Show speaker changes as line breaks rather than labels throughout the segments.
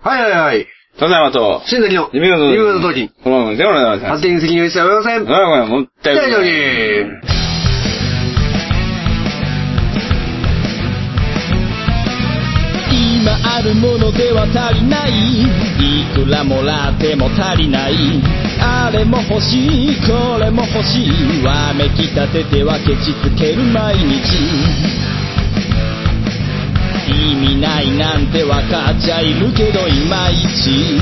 はいはいはい。
ただいまと、
新崎の、
夢の
夢の時に、
このままでお願いしま
発
す。
展責任を一切及びません。
ならばもったい
大丈夫
ない。
に。
今あるものでは足りないいくらもらっても足りないあれも欲しいこれも欲しいわめきたててはケチつける毎日意味ないなんてわかっちゃいるけどいまいち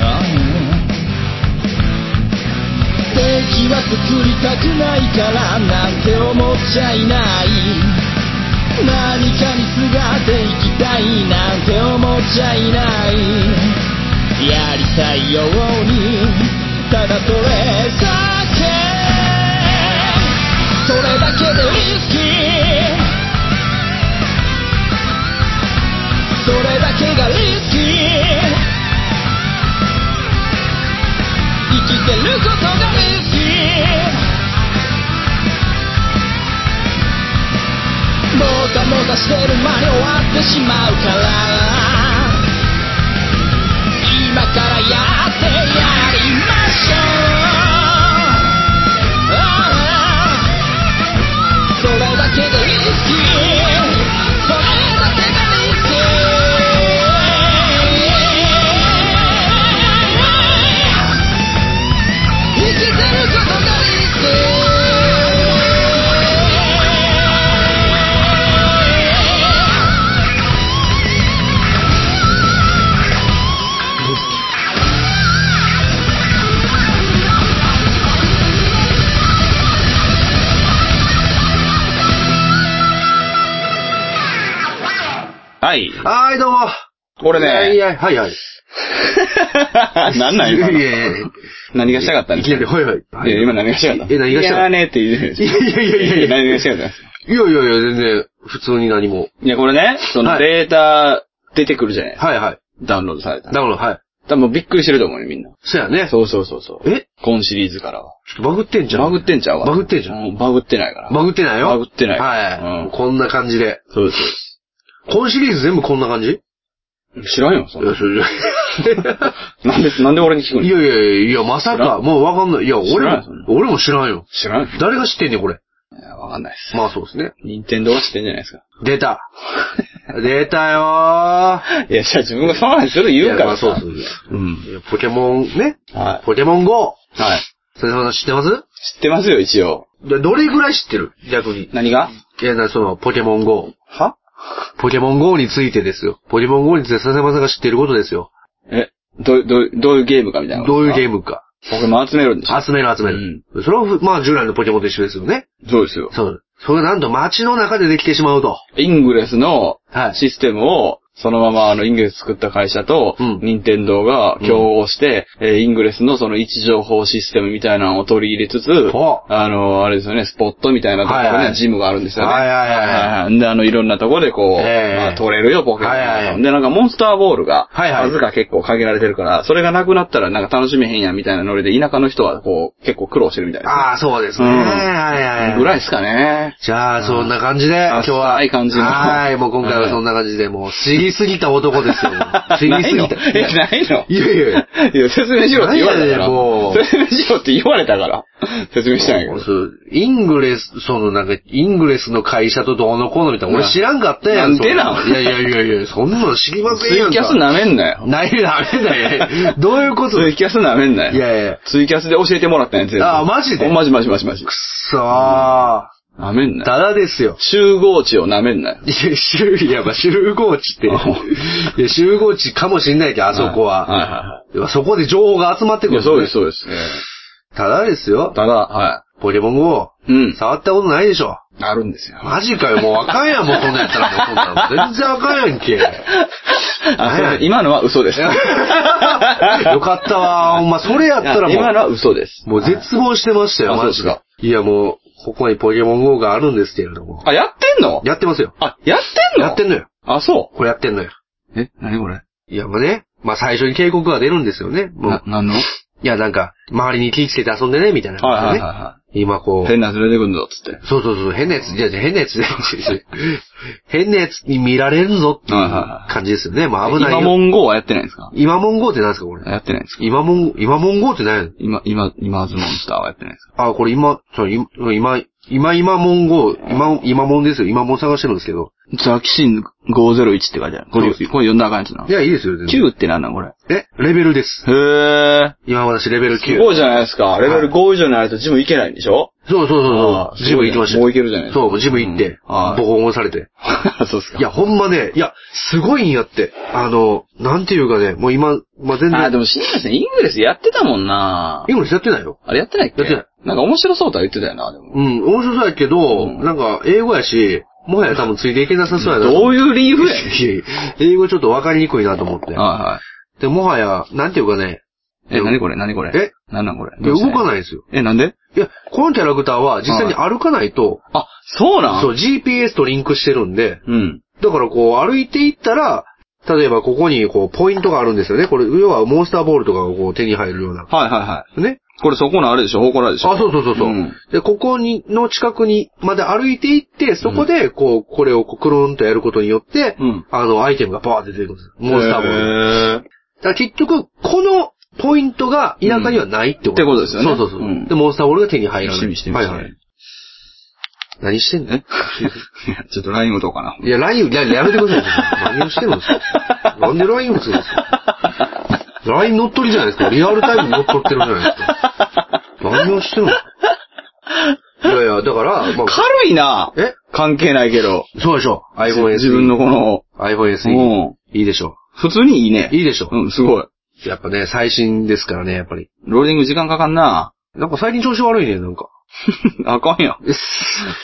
ああ敵は作りたくないからなんて思っちゃいない何かにすがっていきたいなんて思っちゃいないやりたいようにただそれだけそれだけでリスキーそれだけがリスキー生きてることがリスキーもたもたしてる間に終わってしまうから今からやってやりましょうああそれだけでリスキーそれだけがリスキー生きてることがリスキー
はい。
はい、どうも。
これ
いやい
ね、
や、はいはい。
なんなん
いや
今
い
の
やいや
何がしたかったん
い
で
き
すか
なり、はいはい。はい
いや今何がしたかった
え、何がした
い
か
や
った
ーねーって言う
いやいやいやいやいや
何がしたかったんですか
いやいやいや、全然、普通に何も。
いや、これね、そ
は
の
い
データ出てくるじゃないですか。
はいはい。
ダウンロードされた
だ。から、はい。
多分びっくりしてると思うよ、みんな。
そうやね。
そうそうそうそう。
え
今シリーズからは。
ちょっとバグってんじゃん。
バグってんちゃうわ。
バグってんじゃん。
うバグってないから。
バグってないよ。
バグってない
はい。
うん
こんな感じで。
そうですそ
今シリーズ全部こんな感じいう
です。知らんよ、そん
や
な。
それ
なんで、なんで俺に聞くの
いやいやいやいや、まさ
知ら
か、もうわかんない。いや、
知ら
俺
んそん
も、俺も知らんよ。
知らんよ。
誰が知ってんねん、これ。
いやわかんないです。
まあそうですね。
任天堂は知ってんじゃないですか。
出 た。出たよ
いや、じゃあ自分がその話する
ー。
言うか
いやま
ら
あ
さ。
そうそう。
うん。
いやポケモンね。
は
ポケモン GO。
い。はい。
それさん知ってます
知ってますよ、一応。
でどれぐらい知ってる逆に。
何が
いや、なその、ポケモン GO。
は
ポケモン GO についてですよ。ポケモン GO について笹山さんが知ってることですよ。
え、どう、どう、どういうゲームかみたいな。
どういうゲー
ム
ムか。
ポケモン集めるんでしょ
集める集める。それはふ、まあ従来のポケモンと一緒ですよね。
そうですよ。
そう。それがなんと街の中でできてしまうと。
イングレスの
はい
システムを、そのままあの、イングレス作った会社と
うん、
任天堂が競合して、えーイングレスのその位置情報システムみたいなのを取り入れつつ
ほ、う
あの、あれですよね、スポットみたいなところ
はいは
ね
い、
ジムがあるんですよね。
はいはいはい
いはい。で、あの、いろんなとこでこう、
ええ
まあ取れるよ、ポケモン
はいはい。
で、なんかモンスターボールが、
はいはい
数が結構限られてるから、それがなくなったらなんか楽しめへんや、みたいなノリで、田舎の人はこう、結構苦労してるみたいですね。
ああ、そうですね。
うん
はいはいはい。
ぐらいですかね。
じゃあ、そんな感じで、今日は。
浅い感じの
はい、もう今回はそんな感じで、もう知りすぎた男ですよ。もう知りすぎた。
ないのえ、ないの
いやいや。
いや、説明しろって言われ
何やね
たか
ん
ら。
もう
説明しろって言われたから。説明したんやけど。
そうイングレス、そのなんか、イングレスの会社とどうのこうのみたいな、俺知らんかったやん。
なんでなん
そんないやいやいやいや、そんなの知りませ
ツ
んやん
イ
か。
キャス舐めんなよ。
ない、ない、ない。どういうこと
ツイキャス舐めんないよ。
やいや。くっ
ツイキャスで教えてもらったんやつ
あマジで
マジマジマジマジ。
そー。
舐めんなよ。
ただですよ。
集合値を舐めんなよ。
いや、集、いや、まあ、集合地って。いや、集合地かもしんないけど、あそこは。
はいはいはい
やそこで情報が集まって
い。
く
い
る、
や、そうです、そうです。
ただですよ。
ただ、は
ポケモン GO、
い。うん。
触ったことないでしょ。
あるんですよ。
マジかよ、もうあかん やん、もうそんなんやったら、もうそんなん。全然あかんやんけ。
あ、それ今のは嘘 です。
よかったわ、ほんま、それやったら
いや今
も
のは嘘です。
う、もう絶望してましたよ、
あ
マジ
そう
で
で。
いや、もう、ここにポケモン GO があるんですけれども。
あ、やってんの
やってますよ。
あ、やってんの
やってんのよ。
あ、そ
これやってんのよ。
う。え、なにこれ
いや、まあね、まあ最初に警告が出るんですよね。もう
な、なんの
いや、なんか、周りに気ぃつけて遊んでね、みたいな感じでね。
はいはいはいは
今こう。
変なやつ出てくんぞ、つって。
そうそうそう、変なやつ、じゃあじゃあ変なやつ、 変なやつに見られるぞっていう
はいはいはい
感じですよね。まあ危ないよ。
今文豪はやってないんですか
今文豪って何ですか、これ。
やってないんですか
今文、今文豪って何やの
今、今、今ズモンスターはやってないんですか
あ、これ今、そう今、今、今、今文豪、今、今文ですよ。今文探してるんですけど。
ザキシン501って書いてある。こ
そう
れ、これ読んだらあかんやつな。
いや、いいですよ、全然。
9ってなんなんこれ。
え、レベルです。
へー。
今私レベル9。
すごいじゃないですか。レベル5以上になるとジム行けないんでし ょ
そうそうそ
あ
う
ー
そう。ジム行きましたよ。
もう行けるじゃないですか
そう、ジム行って、
うんはい
ボコボコされて。
そうっすか。
いや、ほんまね、いや、すごいんやって。あの、なんていうかね、もう今、まあ、全
あー、で
然、
も死んでましたね。イングレスやってたもんな
イングレスやってないよ。
あれやってないっけ
やってない
んか面白そうとは言ってたよな、でも。
うん、面白そうやけど、
うん
なんか、英語やし、もはや多分ついていけなさそうやな。
どういう理由 やねん。
いやいや英語ちょっとわかりにくいなと思って。
は
で、もはや、なんていうかね、
いはい。え、なにこれなにこれ
え
なんなんこれ
いや動か
い。
ないんですよ。
え、なんで
いや、このキャラクターは実際に歩かないと、
あ、そうなん
そう、GPS とリンクしてるんで、
うん。
だからこう歩いていったら、例えばここにこうポイントがあるんですよね。これ、要はモンスターボールとかがこう手に入るような。
はいはいはい。
ね。
これそこのあれでしょ祠でしょ
あ、そうそうそうそう、
ん
で、ここに、の近くにまで歩いていって、そこでこう、これをこうクルーンとやることによって、
うん
あの、アイテムがバーって出てくるんですモンスターボール。
へー
だから結局、このポイントが田舎にはないってこと、
ってことですよね
そうそうそう。
うん
で、モンスターボールが手に入らない。
してみしてみ
は
し
い
てみ
はい。何してんの
え いやちょっとライン打とうかな。
いや、ライン、ラインやめてください。何をしてるんですかなんでライン打つんですかライン乗っ取りじゃないですか。リアルタイムに乗っ取ってるじゃないですか。何をしてるんですかいやいや、だから、まあ、
軽いな
え
関係ないけど。
そうでしょ。iPhone SE。
自分の。この、
iPhone
う
SE。
ん。
いいでしょ。
普通にいいね。
いいでしょ。
うん、すごい。
やっぱね、最新ですからね、やっぱり。
ローディング時間かかんな
なんか最近調子悪いね、なんか。
あかんよ。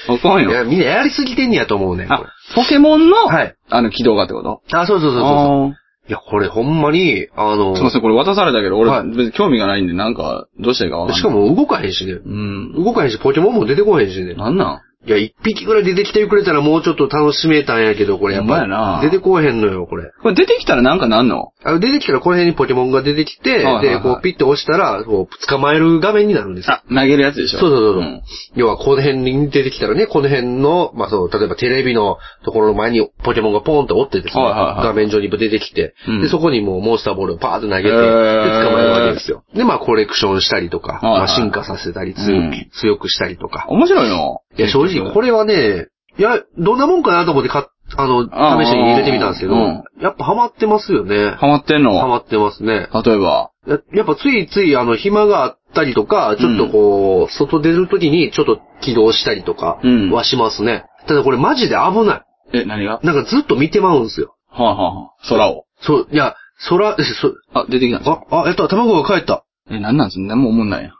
あかん
い
よ。
や、みんなやりすぎてんやと思うね。こ
あ
れ、
ポケモンの、
はい
あの、起動がってこと
あ、そうそうそうそう。
あー
いや、これほんまに、あの
すい、ません、これ渡されたけど、俺、
はい
別に興味がないんで、なんか、どうしたらいいかわかんない。
しか、も動かへんしね。
うん。
動かへんし、ポケモンも出てこへんしね。
なんなん
いや、一匹ぐらい出てきてくれたらもうちょっと楽しめたんやけど、これやっ
ほんまやな
ぱ。出てこへんのよ、これ。
これ出てきたらなんかなんの
あの出てきたらこの辺にポケモンが出てきて、
はいはいはい
で、こうピッて押したら、こう、捕まえる画面になるんですよ。
あ、投げるやつでしょ
そうそうそうそう。
ん
要は、この辺に出てきたらね、この辺の、まあそう、例えばテレビのところの前にポケモンがポーンと折ってですね、
はいはいはい
画面上に出てきて、
うん
で、そこにもうモンスターボールをパーッと投げて、
へ
で、捕
ー
まえるわけですよ。で、まあコレクションしたりとか、
いはい
まあ進化させたり、強く
うん
強くしたりとか。
面白いの
いや、正直、これはね、いや、どんなもんかなと思って買っあの、
あー
試しに入れてみたんですけど、
うん
やっぱハマってますよね。
ハマってんの
ハマってますね。
例えば。
ややっぱついついあの暇があったりとか、ちょっとこう、外出るときにちょっと起動したりとか
うん
はしますね。ただこれマジで危な。
え、何がはい
なんかずっと見てまうんですよ。
あはあはあ空を。
そう、いや、空、えそ、
あ、出てきたんですか
あ、あ、やった、卵が帰った。
え、なんなんすんなもう思んないや。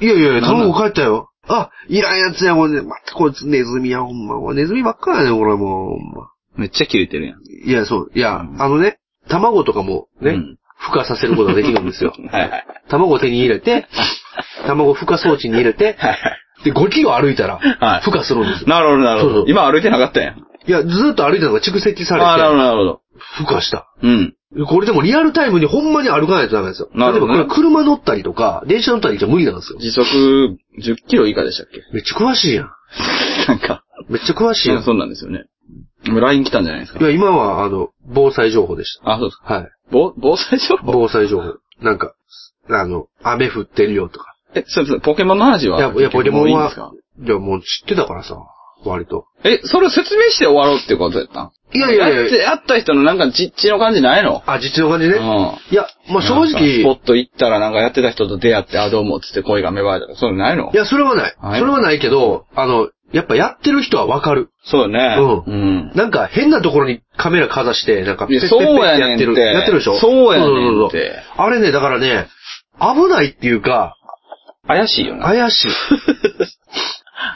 いやいやいや、
なんなん
卵帰ったよ。あ、いらんやつや、もうね、またこいつネズミや、ほんま。もうネズミばっかやね、これもう、ほんま。
めっちゃ切れてるやん。
いや、そう、いや、
うん
あのね、卵とかもね、
うん
孵化させることができるんですよ。
はいはい。
卵を手に入れて、卵孵化装置に入れて、
はいはい。
で、5キロ歩いたら
はい、
孵化するんですよ。
なるほどなるほ
そう
ど。
そう
今歩いてなかったやん。
いや、ずーっと歩いてたのが蓄積され
ああ、なるほ
て、
どなるほど。
孵化した。
うん。
これでもリアルタイムにほんまに歩かないとダメなんですよ。
なるほどね
例えばこれ車乗ったりとか、電車乗ったりじゃ無理なんですよ。
時速10キロ以下でしたっけ
めっちゃ詳しいやん。
なんか、
めっちゃ詳しいやん。
そうなんですよね。今 LINE 来たんじゃないですか
い。や、今は、あの、防災情報でし
あ、そうですか。
た。はい。
防、防災情報
防災情報。なんか、あの、雨降ってるよとか。
え、そうそう、ポケモンの話はい
や、いや、ポケモン
いいんで
は
すか、
いや、もう知ってたからさ、割と。
え、それを説明して終わろうってことやったん
いやいやいや
やって、会った人のなんか実地の感じないの
あ、実用感じ
う
ね。い
ん。
や、まあ正直、
スポ
い
ット行ったらなんかやってた人と出会って、あ、どうもっつって声が芽生えたとか、そういうのないの
や、それはない。
はい
それはないけど、あの、やっぱやってる人はわかる。
そうね。。
うんなんか変なところにカメラかざして、なんか
いや
ペッペ
そ
ッ
う
ペッ
やねん
やっててる。やってるでしょ
そうやねんて
そうそうそうそうあれね、だからね、危ないっていうか、
怪しいよな。
怪しい。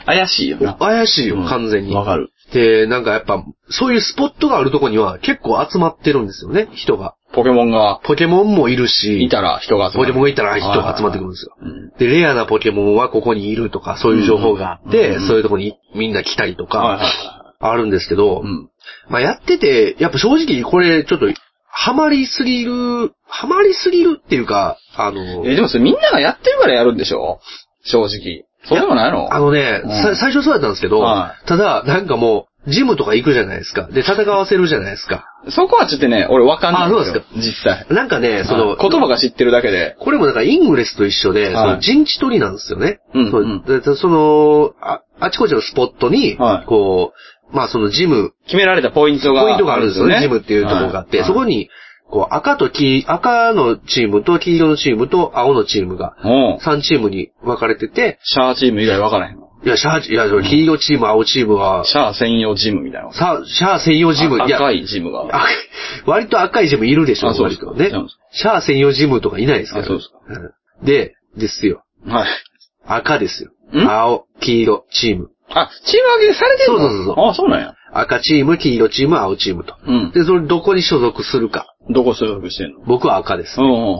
怪しいよな。
怪しいよ、
うん
完全に。
わかる。
で、なんかやっぱ、そういうスポットがあるとこには結構集まってるんですよね、人が。
ポケモンが
ポケモンもいるし、
いたら人が集ま
ポケ
る。
モンがいたら人が集まってくるんですよ。
うん。
で、レアなポケモンはここにいるとか、そういう情報があって、
うんうん
そういうとこにみんな来たりと
はいはい
か、
は
あるんですけど、
い。うん。
まあやってて、やっぱ正直これちょっとハマりすぎる、ハマりすぎるっていうか、あの、
え、でもそれみんながやってるからやるんでしょ正直。そうでもないの
あのね、
うん
さ最初そうだったんですけど、
は
ただ、なんかもう、ジムとか行くじゃないですか。で、戦わせるじゃないですか。
そこはちょっとね、俺わかんないん
あそう
ですよ。実際。
なんかね、その、
はい言葉が知ってるだけで。
これもなんかイングレスと一緒で、
はい
その陣地取りなんですよね。
うんうん
そうでそのあ、あちこちのスポットに、
はい
こう、まあそのジム、
決められたポイントが。
ポイントがあるんですよね。ジムっていうところがあって、
はい
そこに、こう赤と黄、赤のチームと黄色のチームと青のチームが、
もう、
3チームに分かれてて、
シャアチーム以外わからへんの。
いや、シャー、いや、黄色チーム、青チームは、
シャア専用ジムみたいな。
さ、シャア専用ジム、
あ
いや、
赤いジムが。
赤い 割と赤いジムいるでしょ、
あそうです
割とね
そうです。
シャア専用ジムとかいないですから。
あそうですか
うんで、ですよ。
はい。
赤ですよ。
ん
青、黄色、チーム。
あ、チーム分けされてるの
そうそうそうそ
あ、そうなんや。
赤チーム、黄色チーム、青チームと。
うん。
で、それどこに所属するか。
どこ所属してんの
僕は赤です。
うんうん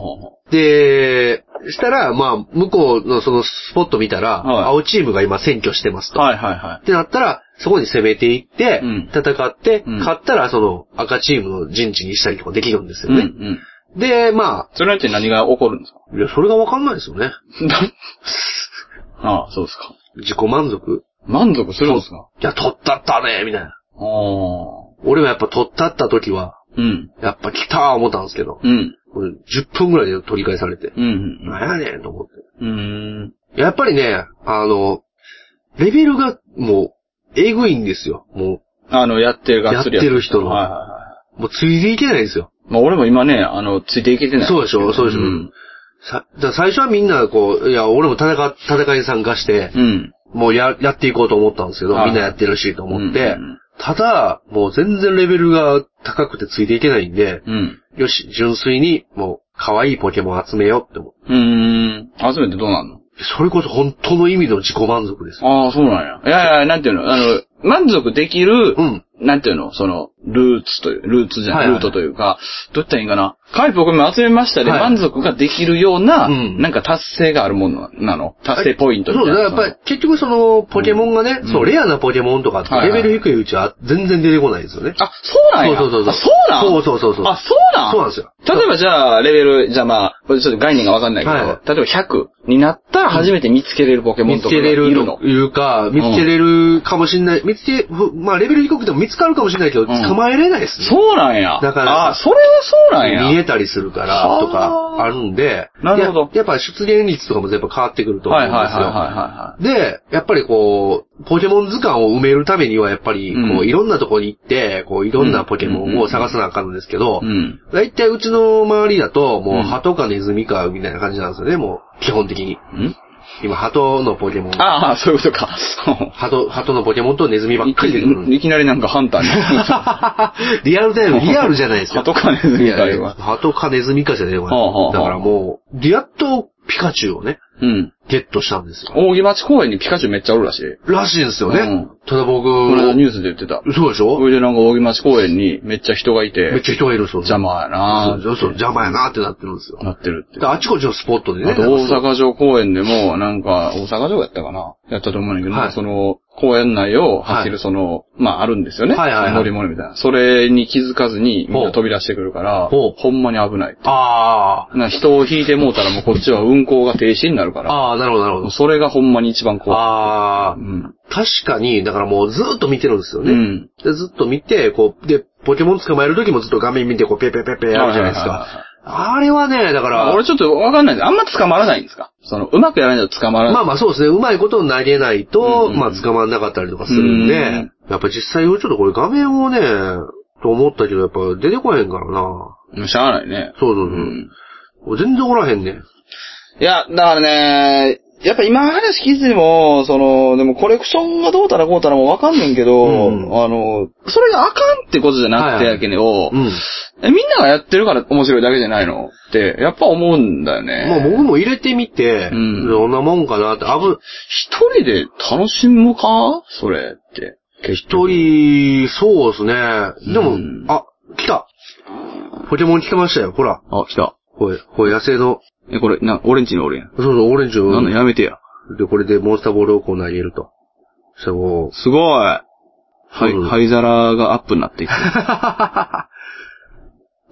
で、したら、まあ、向こうのそのスポット見たら、
はい
青チームが今選挙してます
うん。
と。
はいはいは
ってなったら、そこに攻めていって、
うん
戦って、
うん
勝ったらその赤チームの陣地にしたりとかできるんです
い。
よ
うんう
ね。
ん。
で、ま
それによって何が起こるんです か
あ、いや、それがわかんないですよね。
ああ、そうですか。
自己満足。
満足するんですか
いや、取ったったね、みたいな。
ああ。
俺はやっぱ取ったった時は、
うん。
やっぱ来たー思ったんですけど、
うん。
これ10分ぐらいで取り返されて、
うん。
なんやねんと思って。
うん。
やっぱりね、あの、レベルがもう、えぐいんですよ。も
あの、やってるがっつり
やってる人の
はいはいは
う、もうついていけないんですよ。
い。まあ俺も今ね、あの、ついていけてない。
そうでしょそうでしょ
うん。
さ、だから最初はみんなこう、いや、俺も戦、戦いに参加して、
うん。
もうや、やっていこうと思ったんですけど、
はい
みんなやってるしいと思って、
うん
ただ、もう全然レベルが高くてついていけないんで、
うん。
よし、純粋に、もう、可愛いポケモン集めようって思う。
うん。集めてどうなんの
それこそ本当の意味の自己満足ですよ。
ああ、そうなんや。いやいや、なんていうの、あの、満足できる、
うん。
なんていうの、その、ルーツという、ルーツじゃな、
はいいはい
ルートというか、どういったらいいんかな。カイポケモン集めましたで、
はい
満足ができるような、
うん
なんか達成があるものなの。達成ポイントみ
そ
た
う、
い
だ
な
から。やっぱり結局その、ポケモンがね、
うん
そう、レアなポケモンとかって
はいはい
レベル低いうちは全然出てこないんですよね。
あ、そうなんや。
そうそうそうそう
あそうなん
そうそうそうそう
あ、そうなん
そうなんですよ。
例えばじゃあ、レベル、じゃあまあ、これちょっと概念がわかんないけど、
は
例えば100になったら初めて見つけれるポケモン
見
と
つ
かが
け
い
れる
る
の
の。
いうか、見つけれるかもしんない。見つけ、ふまあレベル低くても見つかるかもしれないけど、
ん
捕まえれないですね。
そうなんや。
だから
あ、それはそうなんや。
逃げたりするから、と
は
か、
あ
あるんで。
なるほど
ややっぱ出現率とかも全部変わってくると思うん
はい
ですよ。
はいはいはいは
で、やっぱりこう、ポケモン図鑑を埋めるためには、やっぱり、こう、
うん
いろんなとこに行って、こう、いろんなポケモン
う
を
ん
探さなあかんんですけど
い。う、ん。
だいたいうちの周りだと、も
う
う、
ん
鳩かネズミか、みたいな感じなんですよね、もう、基本的に。
ん
今、鳩のポケモン。
ああ、そういうことか。
鳩、鳩のポケモンとネズミばっかり出てくるん
い
で
いきなりなんかハンターに。
リアルタイム、リアルじゃないですか。
鳩かネズミか今。
鳩かネズミかじゃねえよ、これ
はあはあはあ
だからもう、でやっとピカチュウをね、
うん。
ゲットしたんですよ。
大木町公園にピカチュウめっちゃおるらしい。
らしいんですよね。
うん
ただ僕、
この間ニュースで言ってた。
そうでしょ
それでなんか大木町公園にめっちゃ人がい、
めってちゃ人がいるんですよ。
邪魔やな
そうそう、邪魔やなってなってるんですよ。
なってるって
で。あちこちのスポットでね。
あと大阪城公園でも、なんか、大阪城やったかなやったと思うんだけど、
はい
なんかその、公園内を走るその、まああるんですよね。
はいはいはい
乗り物みたいな。それに気づかずに、みんな飛び出してくるから、
ほう
ほんまに危ない。
あ
な人を引いてもうたらもうこっちは運行が停止になるか
あ、
ら、
ああ、なるほど、なるほ
それがほんまに一番
ど。
怖い。
ああ
う、ん。
確かに、だからもうずーっと見てるんですよ
う
ね。
ん。
でずっと見て、こう、で、ポケモン捕まえる時もずっと画面見て、こう、ペペペペやるじゃないです
はいはいはいは
か。あれはね、だか
あ
ら、
俺ちょっとわかんないです。あんま捕まらないんですかその、うまくやらないと捕まらない。
まあまあそうですね、うまいことを投げないと、
うんうん
まあ捕まんなかったりとかするんで、
うん
やっぱ実際ちょっとこれ画面をね、と思ったけど、やっぱ出てこへんからな。
うんしゃあないね。
そうそうそうう。
ん。
全然おらへんね。
いや、だからね、やっぱ今話聞いてても、その、でもコレクションがどうたらこうたらもわかんねんけど、
うん
あの、それがあかんってことじゃなくてやけど、
うん。
えみんながやってるから面白いだけじゃないのって、やっぱ思うんだよね。
まあ僕も入れてみて、
うん
どんなもんかなって、あぶ、
一人で楽しむかそれって。一
一。人、そうですね。でも、
うん
あ、来たポケモン来てましたよ、ほら。
あ、来た。
これ、これ野生の、
え、これ、な、オレンジの俺やん。
そうそう、オレンジを、
なんだ、やめてや。
で、これでモンスターボールをこう投げると。そう。
すごいはい、
うん
灰皿がアップになっていく。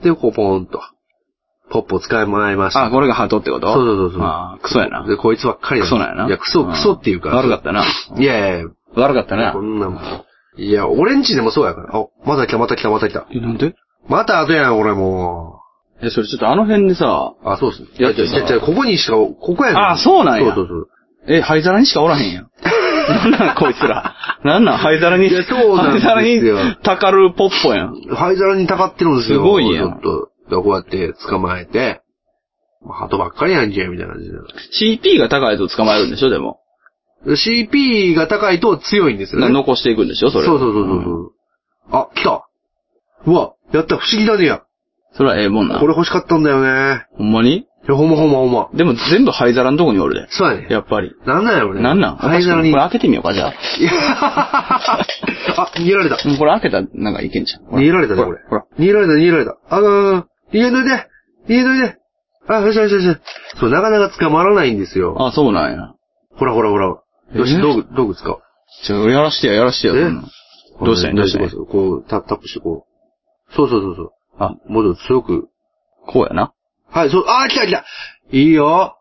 で、こう、ポーンと。ポップを使いもらいました。
あ、これがハートってこと
そうそうそうそう
あークソやな。
で、こいつばっかりだ
クソなんやな。
いや、クソ、
ん
クソっていうか。
悪かったな。
た。いやいやい
悪かった
や、
な
こ。んなもん。いや、俺んちでもそうやから。あ、また来た、また来た、また来た。
え、なんで
また後やん、俺も
え、それちょっとあの辺でさ、
う。あ、そうっすね。
いやちょっと
いやいやここにしか、ここやねん。
あそうなんや
そうそう
え、灰皿にしかおらへんやん。なんなんこいつら。なんなん灰皿に、
いやそうなんですよ
灰皿にたかるポッポやん。
そう。灰皿にたかってるんですよ。
すごいや
ちょ
ん
っと。でこうやって捕まえて、まあ鳩ばっかりやんけ、みたいな感じで。
CP が高いと捕まえるんでしょ、でも。
CP が高いと強いんですよね。
残していくんでしょ、それ。。
そうそうそうそうそうう。あ、来た。うわ、やった、不思議だねや。
それはええもんな。
これ欲しかったんだよね。
ほんまに
いや、ほんまほんまほんま。
でも全部灰皿のとこにおる
そうやね
で。。やっぱり。
なんなんやろね。
なんなんおか
灰
しく
皿
ない
に。
これ
あ、
開けてみようか、じゃあ。
逃げられた。
うんこれ開けたらなんかいけんじゃん。ほ
逃げられたね、
ほ
これ。
ほら。
逃げられた、逃げられた。あがー逃げといて逃げといてあ、よしよしよしよし。そう、なかなか捕まらないんですよ。
あ、そうなんや。
ほらほらほら。よ
え
し、道具、道具使おう。
ちょ、やらしてよ、やらしてよ。
え
そんなんどうしたん
こ
ど
れ
うしたん
こう、タタップしてこう。そうそうそうそう。
あ、
もっと強く。
こうやな。
はい、そう、あー、来た来たいいよ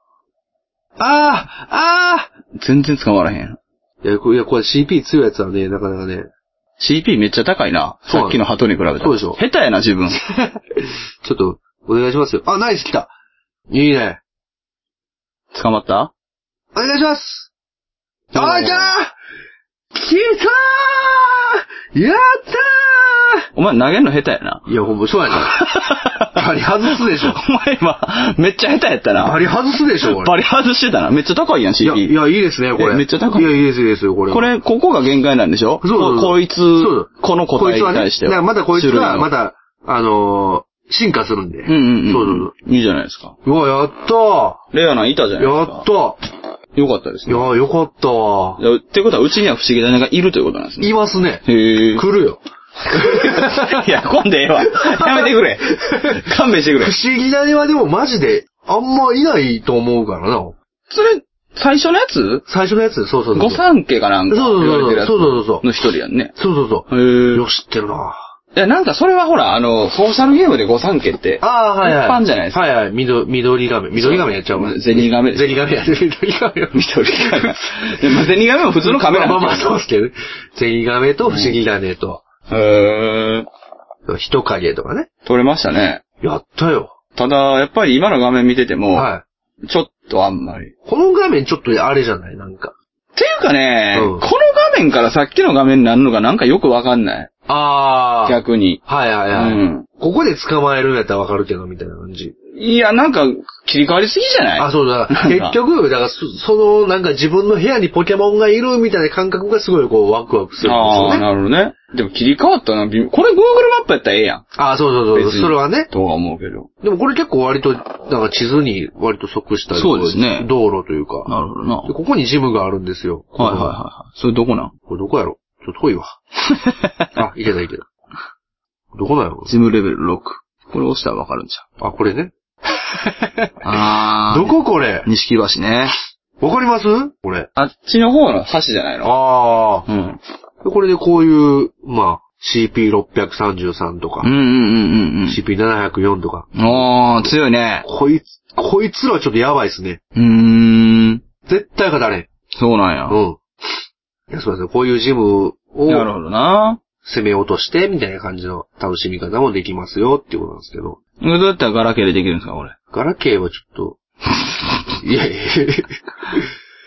あー、あ
全然捕まらへん。
ーいや、こういや、これ CP 強いやつはね、なかなかね、
CP めっちゃ高いな。
そう
さっきの鳩に比べたら。
そうでしょ
下手やな、自分。
ちょっと、お願いしますよ。あ、ナイス来たいいね。
捕まった
お願いしますあ
おー
ー、いたー来たーやった
お前投げんの下手や な。
ーいや、ほんま、そうやな。バリ外すでしょ。
お前今、めっちゃ下手やったな。
バリ外すでしょ、これ。
バリ外してたな。めっちゃ高いやん、
いや、い
CP。
や、いいですね、これ。
えめっちゃ高い
いや、いいです、いいですよ、これ。
これ、ここが限界なんでしょ
そうそうそう
ここいつ
そう、
この答えに対して
こいつはね、だからまだこいつ
種類
が、
の
まだ、あのー、進化するんで。
うんうんうん。
そうそう
いいじゃないですか。
そう。うわ、やった
レアなんいたじゃ
ー
ないで
や
すか。
ったー
た。よかったです
いや
ね。
ー、よかったわ
いやってことは、うちには不思議だねがいるということなんですね。
いますね。
へえ。
来るよ。
いや、混んでええわ。やめてくれ。勘弁して
不
くれ。
思議なにはでもマジで、あんまいないと思うからな。
それ、最初のやつ
最初のやつ、そうそうそう。
御三家かなんか
そう
言われてるやつ
そうそうそうそう
の一人やんね。
そうそうそう。
へ
よ
え。
よ、知ってるな。
いや、なんかそれはほら、あの、ソーシャルゲームで御三家って。
ああ、はいはい。
一般じゃないですか
はいはい。緑、緑亀。緑亀やっちゃうわ。
ゼニガメ
ゼニガメや。緑亀。
緑カメ。でまあゼニガメも普通のカメラ
まあま
な
あ
ん
まあそうですけどね。ゼニガメと不思議亀と、
だ。へえ。
人影とかね。
撮れましたね。
やったよ。
ただ、やっぱり今の画面見てても、
は
ちょっとあんまり。っ
い。この画面ちょっとあれじゃないなんか。
ていうかね、
うん
この画面からさっきの画面になるのがなんかよくわかんない。
あー。
逆に。
はいはいはい。
うん
ここで捕まえるんやったらわかるけど、みたいな感じ。
いや、なんか、切り替わりすぎじゃない
あ、そうだ。
なんか
結局、だからそ、その、なんか自分の部屋にポケモンがいるみたいな感覚がすごいこう、ワクワクするんです
あ
よ
あ、
ね。
なるほどね。でも切り替わったな、微妙これ Google マップやったらええやん。
あーそうそうそう
別に
それはね。
とは思うけど。
でもこれ結構割と、なんか地図に割と即した
そうですね
道路というか。
なるほどな。は
で
い
ここにジムがあるんですよ。
はいはいはい。それどこ なん
これどこやろちょっと遠いわ。あ、いけたいけた。どこなんやろ
ジムレベル6。これ押したらわかるんじ
あ、これね。
ゃん。ああ。
どここれ
錦橋ね。
わかりますこれ。
あっちの方の橋じゃないの
あ
うん。
あ。これでこういう、まあ、CP633 と
うんう
か、
んうんうん
CP704 とか。
うん。おー、強いね。
こいつ、こいつらちょっとやばいっすね。
うーん。
絶対勝たれん。
そうなんや。
うん。いや、そうですね。こういうジム
なる
を
ほどな。
攻め落として、みたいな感じの楽しみ方もできますよっていうことなんですけど。
どうやったらガラケーでできるんですか、これ。
ガラケーはちょ っと、いやいやいや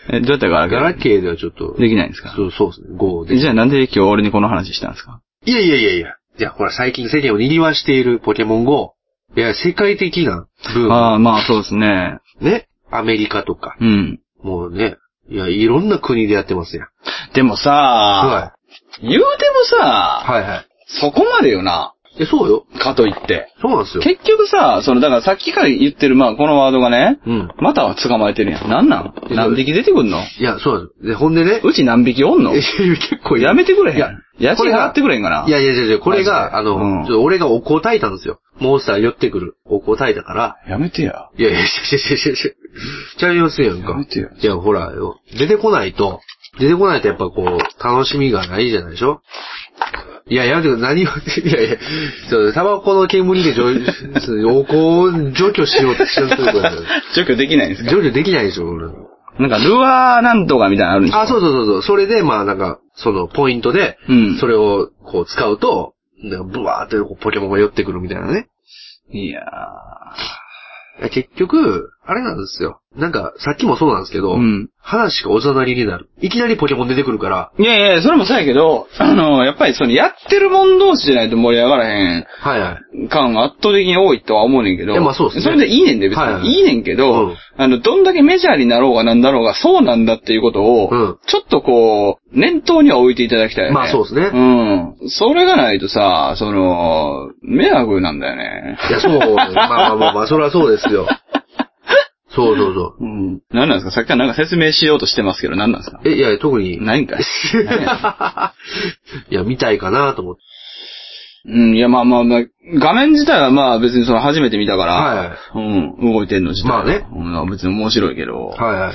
え、どうやったらガラケー
ガラケーではちょっと、
できないんですか
そうそうですね。5で。
じゃあなんで今日俺にこの話したんですか
いやいやいやいや。いや、ほら、最近世間を賑わしているポケモン GO。いや、世界的なブー
ああ、まあそうですね。
ム。ね。アメリカとか。
うん。
もうね。いや、いろんな国でやってますやん。
でもさ、
は
言うても
い。
さ、
はいはい。
そこまでよな。
え、そうよ。
かといって。
そうなんですよ。
結局さ、その、だからさっきから言ってる、まあ、このワードがね、
うん。
また捕まえてるやん。なんなん
え
何匹出てくんの
いや、そうなんですよ。で、ほんでね。
うち何匹おんの
え 結構いる
やめてくれへん。
いや、
家
こ
賃
れ
払
が
ってくれへんかない
やいやいやいや、これ
マジで
が、あの、
うん
ちょっと俺がお香を炊いたんですよ。モンスター寄ってくる。お香を炊いたから。
やめてや。
いやいやいやいやいやいや。ちゃいますやんか。
やめてよ
いや、ほらよ、出てこないと、出てこないとやっぱこう、楽しみがないじゃないでしょいや、やめてください。何を、いやいや、そうタバコの煙で除、お香を除去しようとしてるってことだよ。
除去できないんですか
除去できないでしょ、俺。
なんか、ルアーなんとかみたいなのあるんですか
あ、そうそうそうそう。それで、まあなんか、その、ポイントで
うん、
それを、こう、使うと、なんかブワーってこうポケモンが寄ってくるみたいなね。
いや
いや結局、あれなんですよ。なんか、さっきもそうなんですけど、
うん
話がおざなりになる。いきなりポケモン出てくるから、
ー。いやいや、それもそうやけど、あの、やっぱりその、やってるもん同士じゃないと盛り上がらへん。
はいはい。
感が圧倒的に多いとは思うねんけど。
いやまあそうっすね
それでいいねんで、別に。、
はいいはいい
ねんけど、
うん
あの、どんだけメジャーになろうがなんだろうが、そうなんだっていうことを、
うん
ちょっとこう、念頭には置いていただきたいよね。
まあそうっすね
うん。それがないとさ、その、迷惑なんだよね。
いや、そう、まあまあまあまあ、それはそうですよ。そうそうそう。
うん。何なんですかさっきからなんか説明しようとしてますけど、何なんですか
え、いや、特に。
ないんかい。
いや、見たいかなと思って。
うん、いや、まあまあまあ、画面自体はまあ別にその初めて見たから、
はい
うん、動いてんの自体は
まあね
うん、別に面白いけど、
はいはい。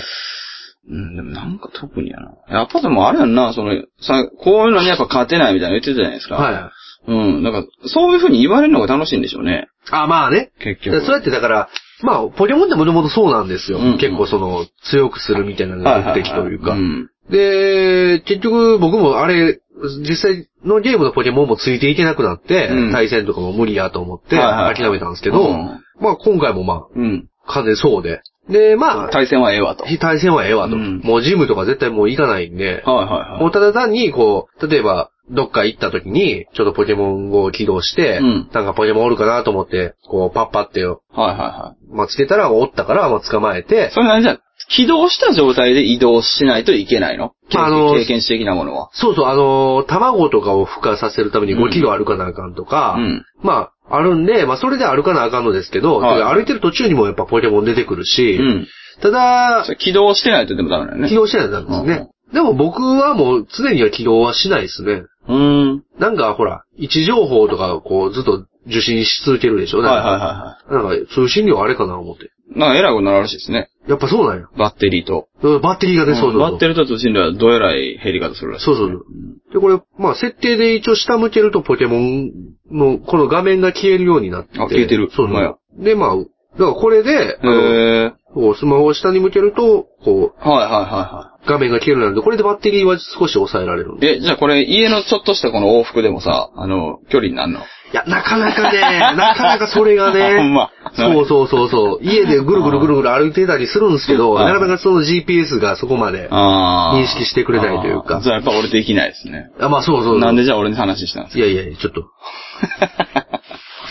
うん、でもなんか特にやな。やっぱでもあれやんな、その、さ、こういうのにやっぱ勝てないみたいなの言ってたじゃないですか。
はい。
うん、なんか、そういう風に言われるのが楽しいんでしょうね。
あ、まあね。
結
そう
局。
やってだから、まあ、ポケモンってもともとそうなんですよ。
うんうん
結構その、強くするみたいなのが目的というか
ははは。ん。
で、結局僕もあれ、実際のゲームのポケモンもついていけなくなって、
うん
対戦とかも無理やと思って、
はいはい
諦めたんですけど、
うん
まあ今回もま
うん。
あ、完全にそうで。で、まあ、
対戦はええわと。はい
非対戦はええわと。
うん
もうジムとか絶対もう行かないんで、
はい
も
は
うただ単に、こう、例えば、どっか行った時に、ちょっとポケモンを起動して、
うん
なんかポケモンおるかなと思って、こう、パッパってよ、
い。はいはいは
まあ、つけたら、おったから、まあ、捕まえ
い。
て、
それなりじゃあ、起動した状態で移動しないといけないの経
まああの
経験値的なものは。
そうそう、あのー卵とかを孵化させるために
うん
5キロ歩かなあかんとか、
うん
まあ、あるんで、まあ、それで歩かなあかんのですけど、
はい
だから歩いてる途中にもやっぱポケモン出てくるし、
うん。
ただ
そ、れ起動してないとでもダメだよね。
起動しないなんですね。でも僕はもう常には起動はしないですね。
うん。
なんかほら、位置情報とかをこうずっと受信し続けるでしょ
はいはい
なんか
は
なんか通信量あれかな思って。
いはい。なんか偉くなるらしいですね。
やっぱそうなんや。
バッテリーと。
うんバッテリーがね、そうそうそう。
バッテリーと通信量はどえらい減り方するらしい。
そうそうそう。で、これ、まあ、設定で一応下向けるとポケモンの、この画面が消えるようになって。
あ消えてる
そう
ほんまや
そう。で、まあ、だからこれで、あの、
へえ。
こうスマホを下に向けると、こ
はいはいは
う、画面が消えるようになるんで、これでバッテリーは少し抑えられるん
い
で。
はい。え、じゃあこれ家のちょっとしたこの往復でもさ、あの、距離になるの
いや、なかなかね、 なかなかそれが ね。
ほんま
そうそうそうそう。家でぐるぐるぐるぐる歩いてたりするんですけど、
はい
なかなかその GPS がそこまで。
あ
認識してくれないというか
あーじゃあやっぱ俺できないですね。
あ、まあそうそうそう。
なんでじゃあ俺に話したんです
いやいやいや、ちょっと。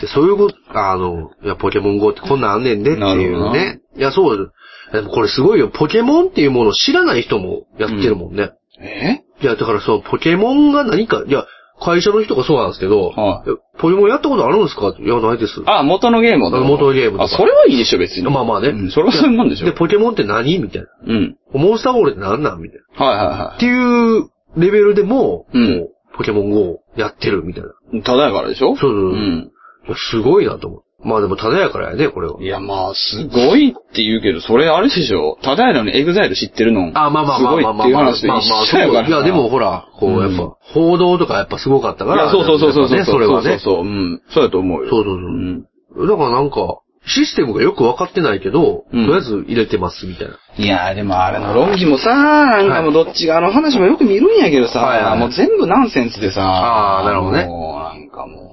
でそういうこと、あの、いや、ポケモン GO ってこんなんあんねんでってい
なるほど
う
な
ね。いや、そう。でもこれすごいよ。ポケモンっていうものを知らない人もやってるもんね。
か え
いや、だからそう、ポケモンが何か、いや、会社の人がそうなんですけど、
はい
いやポケモンやったことあるんですかっていや、ないです。
あ、元のゲームをどうぞ
元のゲームとか
あ、それはいいでしょ別に。
まあまあね。
うんそれはそんなんでしょ
で、ポケモンって何みたいな。
うん。
モンスターボールって何なんみたいな。
はいは
っ
い
ていうレベルでも、
うん
こうポケモン GO やってるみたいな。い
はい。ただやからでし
そ
ょ。
うそうそうんやすごいなと思う。まあでも、ただやからやね、これは。
いやまあ、すごいって言うけど、それあれでしょただやのにエグザイル知ってるの。
あ、まあまあ
す
まあ
ごい
まあ
っ
ま
て
あ
いう
まあま
話と一
あ
緒やから。
いや、でも、ほら、こう、やっ
うん
ぱ、報道とかやっぱすごかったか
い
ら。
や、そうそうそうそうそう。
やっぱねそれはね。
そうそうそう。うん。そうだと思うよ。
そうそうそう
うん。
だからなんか、システムがよくわかってないけど、と
うん
りあえず入れてます、みたいな。
いやーでもあれの論議もさ、なんかもうどっちがあの話もよく見るんやけどさ、
はいはい
もう全部ナンセンスでさ、
あーなるほどね
もうなんかも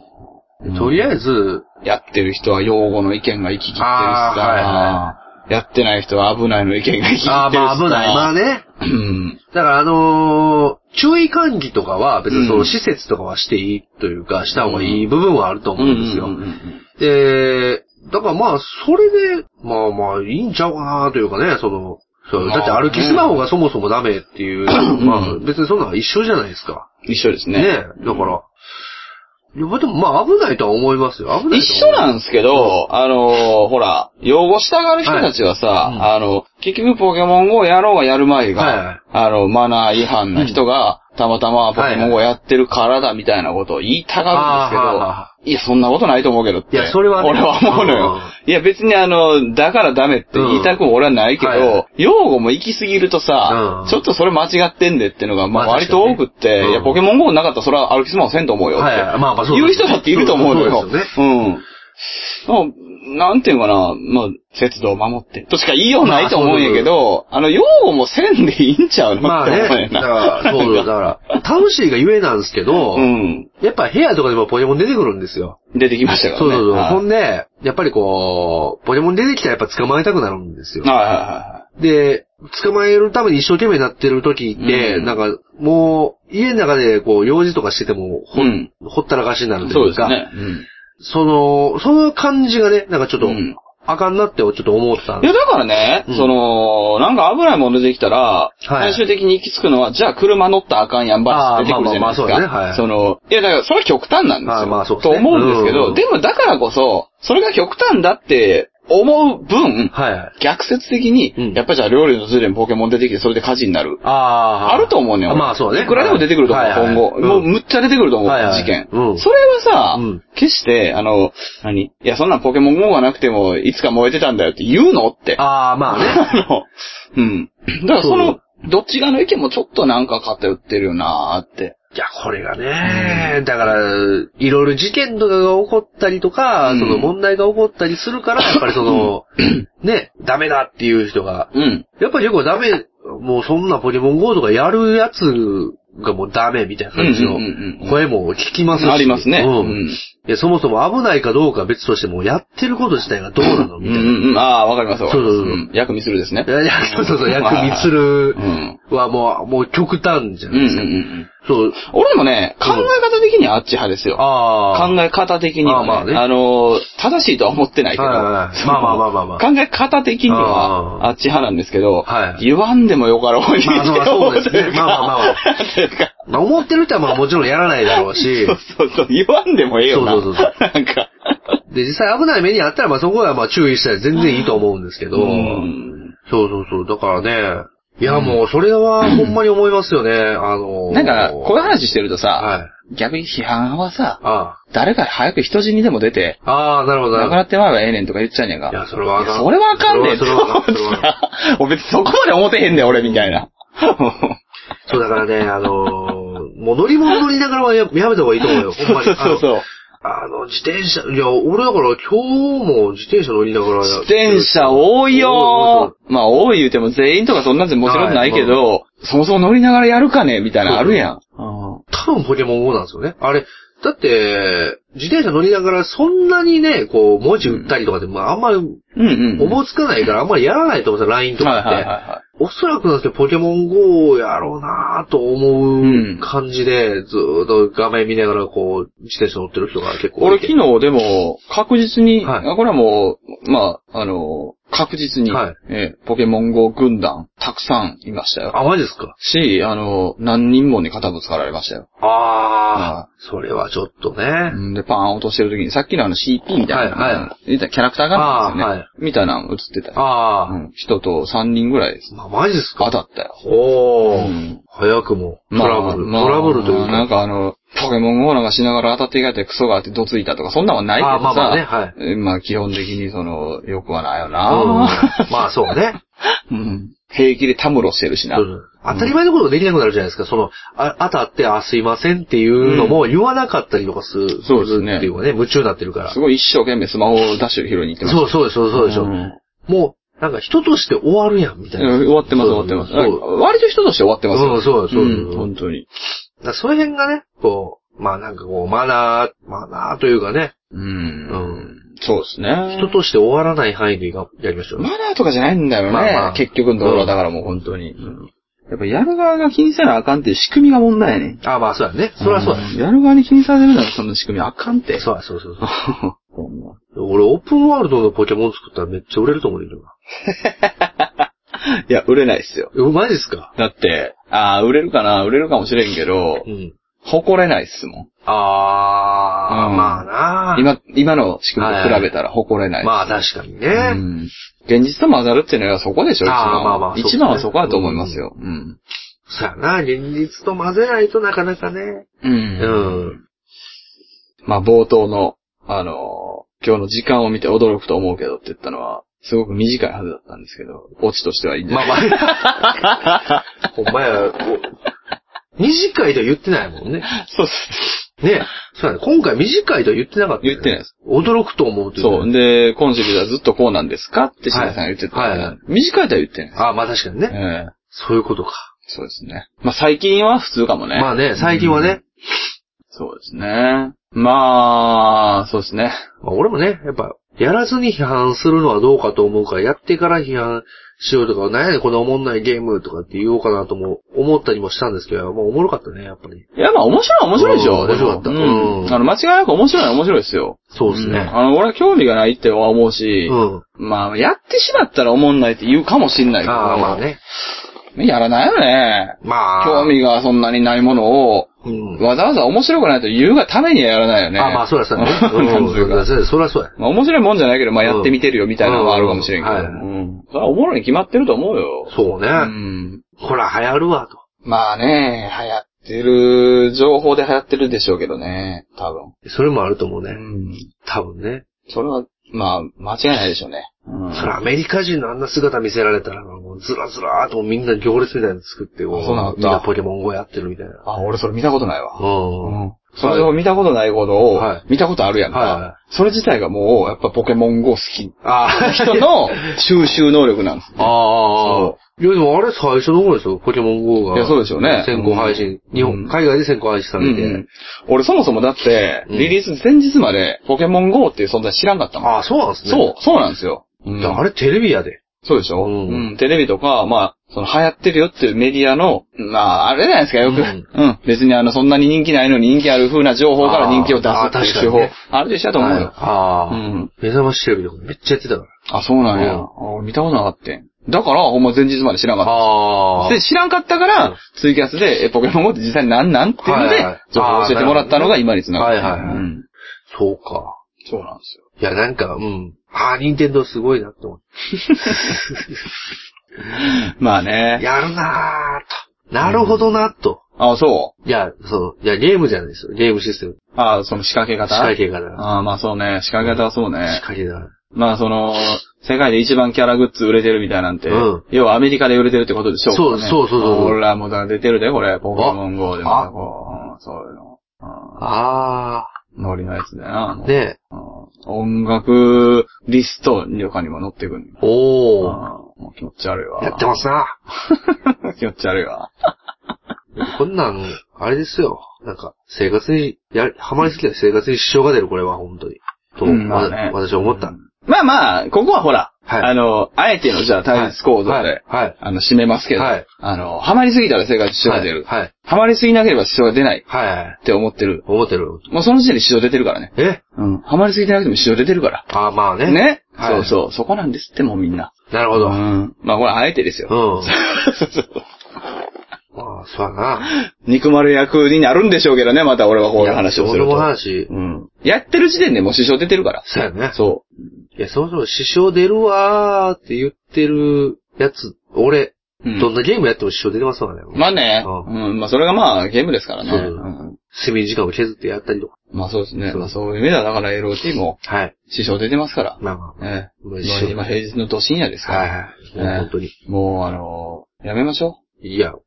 う、
とりあえず、
やってる人は用語の意見が行き来ってるしさ、
あーはいは
やってない人は危ないの意見が行き来ってるしさ。
ああ、まあ危ない。まあね。
うん。
だからあのー注意喚起とかは別にそうの
ん
施設とかはしていいというか、した方がいい部分はあると思うんですよ。
うんうんうん
で、だからまあ、それで、まあまあ、いいんちゃうかなというかね、その、そう
まあ
だって歩きスマホがそもそもダメっていう、まあ別にそんなの一緒じゃないですか。
一緒です
ね
ね。
えだから。いや、でもまあ危ないとは思いますよ。危ない
一
と
緒
は
なんですけど、あのーほら、用語したがる人たちはさ、
はいうん
あの、結局ポケモン GO やろうがやるまいが、
はいはい
あの、マナー違反な人が、たまたまポケモン GO やってるからだみたいなことを言いたがるんですけど、
はいはいあ
い
ーはあは
や、そんなことないと思うけどって。
いやそれはね
俺は思うの
う
よ
ん。
いや別にあの、だからダメって言いたくも俺はないけど、
うんはい
用語も行き過ぎるとさ、
うん
ちょっとそれ間違ってんでってのが、まあ
まあ
割と多くって、
確かにねうん
いやポケモン GO なかったらそれは歩きスマホせんと思うよって、
はいはいまあまあそう
言う人だっていると思うのよ。
そうです
うん。まあ、なんていうのかな、まあ、節度を守って。としか言いようないと思うんやけど、あ、の、用語もせんでいいんちゃうの
まあ
って思う
ね、
よ
だ
な。
から、そうだから、タウシーがゆえなんですけど、
うん。
やっぱ部屋とかでもポケモン出てくるんですよ。
出てきましたから
そう
ね。
そうそう。
はい
ほんで、やっぱりこう、ポケモン出てきたらやっぱ捕まえたくなるんですよ。
はいはいはい。
で、捕まえるために一生懸命になってる時って、
うん
なんか、もう、家の中でこう、用事とかしてても、ほ,、
うん
ほったらかしになると
そう
い
で
う
す
か、
ね。
その、その感じがね、なんかちょっと、
うん
あかんなってちょっと思ったん
い
で
や、だからね、
うん
その、なんか危ないもの出てきたら、
はい
最終的に行き着くのは、じゃあ車乗ったらあかんやんば
あ
っ
ー
出てくるじゃないですか。
まあまあまあそうだねはい
の、いや、だからそれは極端なんです
ま
よ。
あまあそうです
と
ね
思うんですけ
う
ど、
ん
でもだからこそ、それが極端だって思う分、
はいはい。
逆説的に、
うん
やっぱじゃあ料理のズレにポケモン出てきてそれで火事になる。
ああ。
あると思うのよ。
まあそうね。
いくらでも出てくると思う、
はいはい
今後。もう、
ん
むっちゃ出てくると思う、
はいはい
事件。
うん
それはさ、
うん
決して、あの、何いや、そんなんポケモン GO がなくても、いつか燃えてたんだよって言うのって。
ああ、まあ ね。
あの、うん。だからその
そ、
どっち側の意見もちょっとなんか偏ってるよなーって。
いや、これがね、だから、いろいろ事件とかが起こったりとか、
うん
その問題が起こったりするから、やっぱりその、ね、ダメだっていう人が、
うん。
やっぱり結構ダメ、もうそんなポケモン GO とかやるやつがもうダメみたいな感じの
うんうんうんうん
声も聞きますし。
ありますね。
うん
うん
いや、そもそも危ないかどうかは別としても、やってること自体がどうなの
う
み
ん
たいな。
うんうん。ああ、わかりますわかります。
そうそうそうん
薬味するですね
い。やいや、そうそうそう、薬味する
うん。
はもう、もう極端じゃ
うん
なんい
う
うですか。
ん。
そう。
俺もね、考え方的にはあっち派ですよ。
ああ。
考え方的には、ね、
あ
あ
ーまあね
のー、正しいとは思ってないけど、
はいはいはい
その
まあまあまあまあまあ
考え方的に
あー
は、あっち派なんですけど、
はい
言わんでもよかろうに
まあまあ
って思うというか、
まあまあまあま
なんていうか、
まあ、思ってる人はまあもちろんやらないだ ろうし、
そうそうそう、言わんでもええよな。
そうそうそうそ
なんか、
で、実際危ない目にあったら、まあそこはまあ注意したら全然いいと思うんですけど、
うん
そうそうそう、だからね、いやもうそれはほんまに思いますよね、あのー
なんか、こういう話してるとさ、
はい。
逆に批判はさ、
あ
誰か早く人死にでも出て、
あ。ああ、なるほど、な
亡
るほ
くな
ど。
ってまえばええねんとか言っちゃうんやんか。
いやそれはあかん
いやそれはあかんねん。
それはあかんそれはあか
俺別にそこまで思ってへんねん、俺みたいな。
そうだからね、あのーもう乗り物乗りながらはややめた方がいいと思うよ、ほんまに。
そう そうそう。
あの、あの自転車、いや、俺だから今日も自転車乗りながらや
自転車多いよーまあ多い言うても全員とかそんなんじゃもちろんないけど、そもそも乗りながらやるかねみたいなのあるやん。
多分ポケモン GO なんですよね。あれ、だって、自転車乗りながらそんなにね、こう、文字打ったりとかで、まああんまり
うんうん。
思いつかないから、あんまりやらないと思うんですよ、LINE と
はい
か
はいはい
って。
は
おそらくなんですけど、ポケモン GO やろうなぁと思う感じで、ずーっと画面見ながら、こう、自転車乗ってる人が結
い。
構多
俺
い
昨日でも確実に、
はい
あこれはもう、まあ、あの、確実に、
はい
えーポケモン GO 軍団たくさんいましたよ。
あ、マジですか
し、あの、何人もに肩ぶつかられましたよ。
ああ、それはちょっとね。
うんで、パーン落としてる時に、さっきのあの CP みたいな、
はいは
言ったらキャラクターがあるんですよね。
あーは
みたいなの映ってたよ
ああ、
うん人と3人ぐらいです。
まあ、マジです
当
か
たったよ。
おー、
うん
早くも、ト
まあ
ラブル、
まあ
トラブルというか。
なんかあの、ポケモン GO なんかしながら当たっていかれてクソがあってどついたとか、そんなんはないけどさ。
あまあまあねはい
えまあ基本的にその、よくはないよ
う
な。
んまあそう ね。
うん。平気でたむろしてるしな。
うん当たり前のことができなくなるじゃないですか。その、あ当たって、あ、すいませんっていうのも言わなかったりとかする。
そうですね
っていうかね、夢中になってるから。
すごい一生懸命スマホをダッシュで拾いに行ってます。
そうそうです、そうでしょ。
ん
もう、なんか人として終わるやん、みたいな。
うん終わってます、終わってます。
そう
なんか割と人として終わってますよ。
うんそうですそうです
ん本当に。
だからその辺がね、こう、まあなんかこう、マナー、マナーというかね、
う
うん
ん。そうですね。
人として終わらない範囲でやりましょう。
マナーとかじゃないんだよね。
まあまあ
結局のところはだからもう本当に。やっぱやる側が気にせなあかんっていう仕組みが問題やねん。
あ、まあそうだね。そりゃそうだね。
んやる側に気にされるならそんな仕組みあかんって。
そうだ、そうそうそう。
こんな
俺、オープンワールドのポケモン作ったらめっちゃ売れると思うんだけどな。
いや、売れないっすよ。
え、マジですか
だって、ああ、売れるかな、売れるかもしれんけど
う、ん。
誇れないっすもん。
あー、
うん
まあなあ
今、今の仕組みと比べたら誇れないっす。
まあ確かにね。
うん現実と混ざるっていうのはそこでしょ、一
あー
番は。
まあまあそうですね
一番はそこだと思いますよ。うん。
そうやな、現実と混ぜないとなかなかね。
う。
うんん。
まあ、冒頭の、あの今日の時間を見て驚くと思うけどって言ったのは、すごく短いはずだったんですけど、オチとしてはいいんじゃ
ま
な
あ
い
まあ、ほんまや、お短いとは言ってないもんね。
そうです。
ねそうだね。今回短いとは言ってなかった、ね。
言ってないです。
驚くと思うという。
そう。で、今シリーズはずっとこうなんですかって志田さんが言ってた、
はいはい
短いとは言ってないです。
ああ、まあ確かにね。
ええ
そういうことか。
そうですね。まあ最近は普通かもね。
まあね、最近はね、
そうですね。まあ、そうですね。
まあ、俺もね、やっぱ、やらずに批判するのはどうかと思うから、やってから批判しようとか、なんやねんこのおもんないゲームとかって言おうかなとも思ったりもしたんですけど、もうおもろかったね、やっぱり。
いや、まあ面白いは面白いでしょ。
うん面白かった
でも
う
うんん。あの、間違いなく面白いは面白いですよ。
そうです
ん
ね。
あの、俺は興味がないっては思うし
う、ん。
まあ、やってしまったら思んないって言うかもしんないけど、
ああ、まあね。
やらないよね。
まあ。
興味がそんなにないものを、
うん。
わざわざ面白くないと言うがためにはやらないよね。
あまあ、そりゃ そうやね。
な
うんん、
というか
そりゃそうや。そりゃそうや。
まあ面白いもんじゃないけど、まあやってみてるよみたいなのはあるかもしれんけど。
う
うんん。
うん
それはおもろいに決まってると思うよ。
そう
う
ね。
ん。
ほら、流行るわ、と。
まあね、流行ってる、情報で流行ってるでしょうけどね。多分。
それもあると思うね。
うん。
多分ね。
それは、まあ、間違いないでしょうね。うん。
それアメリカ人のあんな姿見せられたら、もうずらずらーっともうみんな行列みたいなの作って、も
そうなんだ
みんなポケモン GO やってるみたいな。
あ、俺それ見たことないわ。
う。
うんん。それを見たことないことを
はい、
見たことあるやんか。
はいは
それ自体がもう、やっぱポケモン GO 好き。
あ
人の収集能力なんです。
ああ。いや、でもあれ最初の方ですよ、ポケモン GO が。
いやそうでしょうね
先行配信。
うん
日本、海外で先行配信さ
う
れて。
ん。俺そもそもだって、
うん
リリース前日までポケモン GO っていう存在知らんかったもん。
ああ、そうなんですね。
そう、そうなんですよ。う
うんん。あれテレビやで。
そうでしょ
う
うんん。テレビとか、まあ、その流行ってるよっていうメディアの、まあ、あれじゃないですか、よく。
う
うんん。別にあの、そんなに人気ないのに人気ある風な情報から人気を出すっていう手法
あーあー確かにね。
あるでしょと思う
はい
よ。
ああ。
うん。
目覚ましテレビとかめっちゃやってたから。
あ、そうなんや。
うん
あ俺見たことなかったん。だから、ほんま前日まで知らなかっ
あ
た。
あ。
で、知らんかったか
うん
ら、ツイキャスで、えポケモン GO って実際なんなんっていう
は
の
いはいはい
で、情報を教えてもらったのが今につながる。
はいはいはい
うん。
そうか。
そうなんですよ。
いや、なんか、うん。ああ、任天堂すごいなって思って。
まあね。
やるなーと。なるほどなと。
あ、そう。
いや、そう。いや、ゲームじゃないですよ。ゲームシステム。
あ、その仕掛け
仕
方
掛けから。
ああ、まあそうね。仕掛け方はそう
仕
ね。
掛けだ。
まあその、世界で一番キャラグッズ売れてるみたいなんて、
うん
要はアメリカで売れてるってことでしょ
そうそうそうそう
俺らもだ出てるで、これ。ポケモン GO でまたこう、うんそういうの。うん
あ
ノリのやつだよな。
あ。ね
うん音楽リストとかにも載ってくる。うん
おー。
もう気持ち悪いわ。
やってますな。
気持ち悪いわ。
こんなん、あれですよ。なんか、生活に、や、ハマりすぎたら生活に支障が出る、これは、本当に。と、
うんまあ
わ
ね
私は思った。
まあまあ、ここはほら、
はい
あの、あえてのじゃあ対立構造で、
はい。はい。
あの、締めますけど、
はい
あの、ハマりすぎたら生活支障が出る。
はい。はい
ハマりすぎなければ支障が出ないっ
はいはい。
て思ってる。
思ってる。
もうその時点で支障出てるからね。
え
うん。ハマりすぎてなくても支障出てるから。
あーまあね。
ね、
はい
そうそう。そこなんですって、もうみんな。
なるほ
う
ど。うん。
ん。まあこれあえてですよ。そうそう そう
まあ、そうやな。
憎まれ役になるんでしょうけどね、また俺はこういう話をする
いや俺の
と。
話、
うん。やってる時点でもう支障出てるから。
そうやね。
そ
いや、そもそも支障出るわーって言ってるやつ、俺、
う。うん
どんなゲームやっても支障出てますからね。
まあね。
う
うん。まあそれがまあゲームですからね。
そう
うん
睡眠時間を削ってやったりとか。
まあそうですね。
そう
まあそういう意味では、だから LOT も
はい。
支障出てますから。
まあまあ。
ええ。
ま
も
あ
う
一緒
今平日の土深夜ですから。
はい。もう本当に。
もうあのーやめましょ
いや、
う。う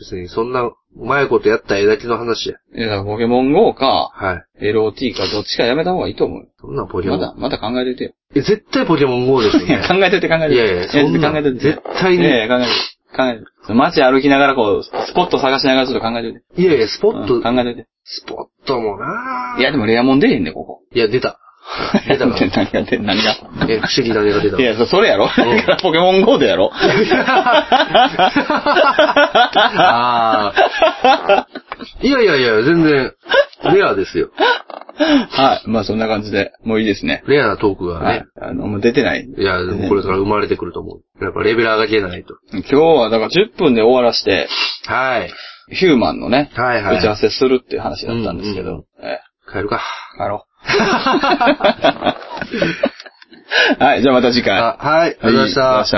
別にそんな、うまいことやった絵だけの話や。
んいや、だからポケモン GO か、
はい。
LOT か、どっちかやめた方がいいと思うよ。
そんなんポケモ
ま
ン。
だ、まだ考えててよ。
え、絶対ポケモン GO ですよ
いや、
ね。
考えてて考えてて。
いやいやそんな
考えてて。
絶対に
いやいや、考えてて。考えてて。街歩きながらこう、スポット探しながらちょっと考えてて。
いやいや、スポ
う
ッ
ん
ト、
考えてて。
スポットもなぁ。
いや、でもレアモン出えへんね、ここ。
いや、出た。出たな。
何が出ん何が。
え、不思議な絵が出た
い。や、そそれやろ。だから ポケモン GO でやろ。
あー。いやいやいや、全然、レアですよ。
はい。まあそんな感じで、もういいですね。
レアなトークがね。
はい。あの、もう出てない。
い、や、でもこれから生まれてくると思う。やっぱレベル上がけないと。
今日はだから10分で終わらして、
はい。
ヒューマンのね、
はいはい
打ち合わせするっていう話だったんですけ
うんうん
ど、え
帰るか。
え帰ろ う。はい、じゃあまた次回。
あ、はい、ありがとうございました。
はいありがとうございまし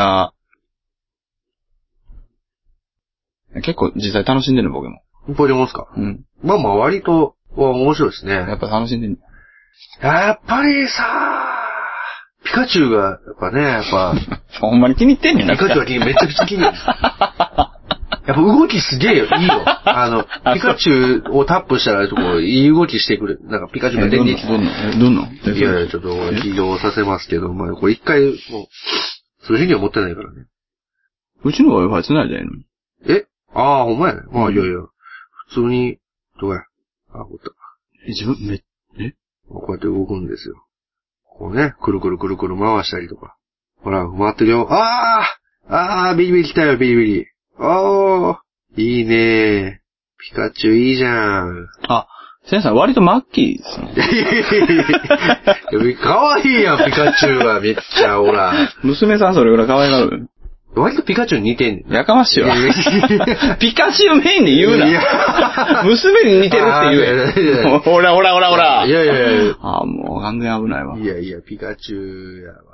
た。結構実際楽しんでるの、僕も。
ポケモンっすか
うん。
まあまあ割と、は面白いですね。
やっぱ楽しんでる。
やっぱりさ、ピカチュウが、やっぱね、やっ ぱ、
ほんまに気に入ってんねんな。
ピカチュウは
に
気にめちゃくち ゃ気に入る。やっぱ動きすげえよ、いいよ。あの、
あ
ピカチュウをタップしたら、こう、いい動きしてくる。なんかピカチュウが電撃。
どんなどんなどんない
やいや、ちょっと俺起動させますけど、まあこれ一回、もう、そういうふうには持ってないからね。
うちの Wi-Fi 繋いだらいいのに。
えああ、ほんまやね。まあいやいや、普通に、どうや。あ、おった。
え自分、め、
こうやって動くんですよ。こうね、くるくるくるくる回したりとか。ほら、回ってるよ。あーあー、ビリビリ来たよ、ビリビリ。おー、いいねー。ピカチュウいいじゃん。
あ、センさん割とマッキーですね。
かわいいやん、ピカチュウは、めっちゃ、ほら。
娘さんそれぐらい可愛がる。
割とピカチュウに似てんねん。
やかましいわ。ピカチュウメインで言う
いや
な。 娘に似てるって言う
あーいやいやいや
や。ほらほらほらほら。
いやいやいや
あーもう完全に危ないわ。
いやいや、ピカチュウやわ。